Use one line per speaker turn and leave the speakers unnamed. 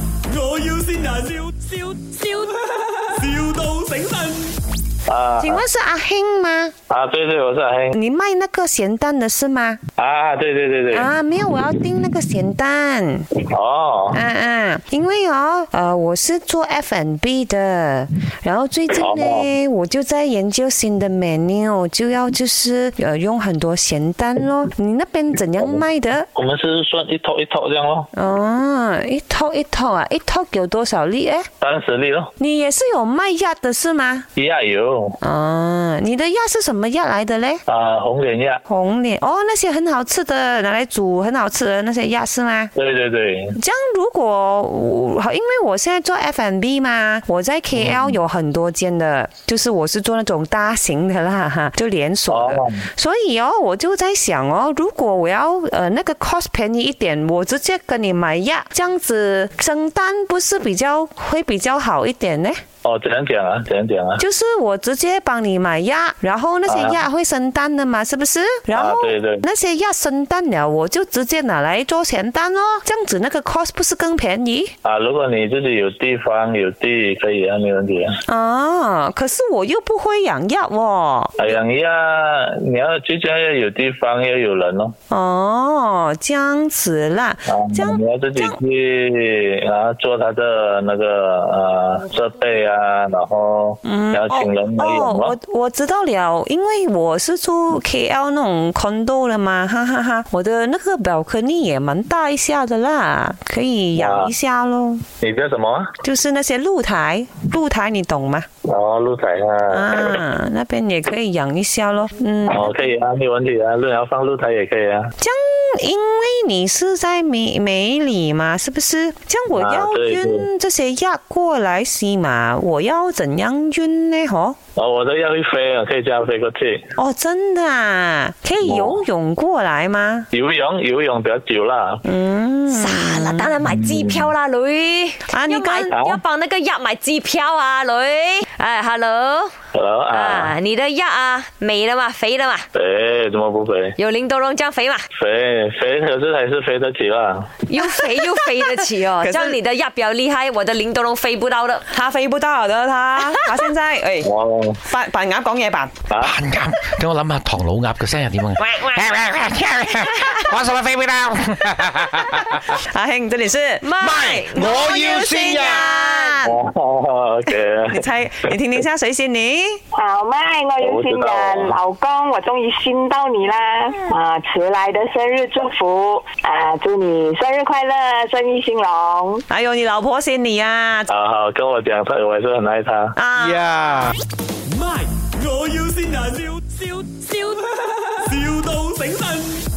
要先人，笑笑笑，,笑到醒神。
啊
请问是阿兴吗？
啊，对对，我是阿黑
你卖那个咸蛋的是吗？
啊，对对对对，
啊，没有，我要订那个咸蛋。
哦
啊啊，因为哦，呃，我是做 F&B 的，然后最近呢，
哦
我就在研究新的 menu，就要就是呃用很多咸蛋咯。你那边怎样卖的？
我们是算一头一头这样咯，
哦，一套一套啊，一套有多少粒？哎，
三十粒咯，
你也是有卖鸭的是吗？
鸭油
哦，你的鸭是什么鸭来的嘞？
啊，红脸鸭，
红脸哦，那些很好吃的，拿来煮很好吃的那些鸭是吗？
对对对，
这样，如果我因为我现在做 F&B 嘛，我在 KL
嗯
有很多间的，就是我是做那种大型的啦，哈，就连锁的。
哦
所以哦，我就在想哦，如果我要呃那个 cost 便宜一点，我直接跟你买呀，这样子生单不是比较会比较好一点呢？
哦，怎样讲啊？怎样讲啊？
就是我直接帮你买鸭，然后那些
啊
鸭会生蛋的嘛，是不是？然后
对对
那些鸭生蛋了，我就直接拿来做咸蛋哦，这样子那个 cost 不是更便宜？
啊，如果你自己有地方有地可以啊，没问题啊。
啊，可是我又不会养鸭哦。
啊，养鸭你要最重要要有地方，要有人哦。
哦，这样子啦
啊，，
这样
你要自
这
己
样
去，然后做它的那个呃设备啊，然后你要请人来
哦
养咯
哦。，我我知道了，因为我是住 KL 那种 condo 的嘛，哈哈哈，我的那个 balcony 也蛮大一下的啦，可以养一下咯。
你叫什么啊？
就是那些露台，露台你懂吗？
哦，鹿仔啊。
啊，那边也可以养一下咯。嗯，
哦，可以啊，没问题啊，论要放露台也可以啊。
这样因为你是在梅梅里嘛，是不是？这样我
啊
要
对
运这些鸭过来西马，我要怎样运呢？哦，
哦，我都要会飞啊，可以这样飞过去。
哦，真的啊，可以游泳过来吗？
游泳游泳比较久啦，
嗯，
咋啦？当然买机票啦，女。
啊你
要买
跟
要帮那个鸭买机票啊，女。哎，hello，
hello 啊
啊，，你的鸭啊，美了嘛，肥了嘛，
肥怎么不肥？
有林德龙这样肥嘛，
肥肥可是还是肥得起啦。
又肥又肥得起哦。
可是
这样你的鸭比较厉害，我的林德龙飞不到的。
他飞不到的他，他现在诶
哦，
扮扮鸭讲嘢扮，
啊，
扮鸭，等我諗下唐老鴨嘅聲係點啊？我什麼飛不到？
阿兴这里是
卖
我要先人
哦
你
，OK，
猜，你听听下谁先你？
好麦，啊我有
我
新
知道啊
人老公，我终于新到你啦！啊，迟来的生日祝福啊，祝你生日快乐，生意兴隆。
还哎有你老婆先你啊！
好好跟我讲，他我也是很爱他。
啊。
呀！
卖，我要先人，笑笑笑，,笑到醒神。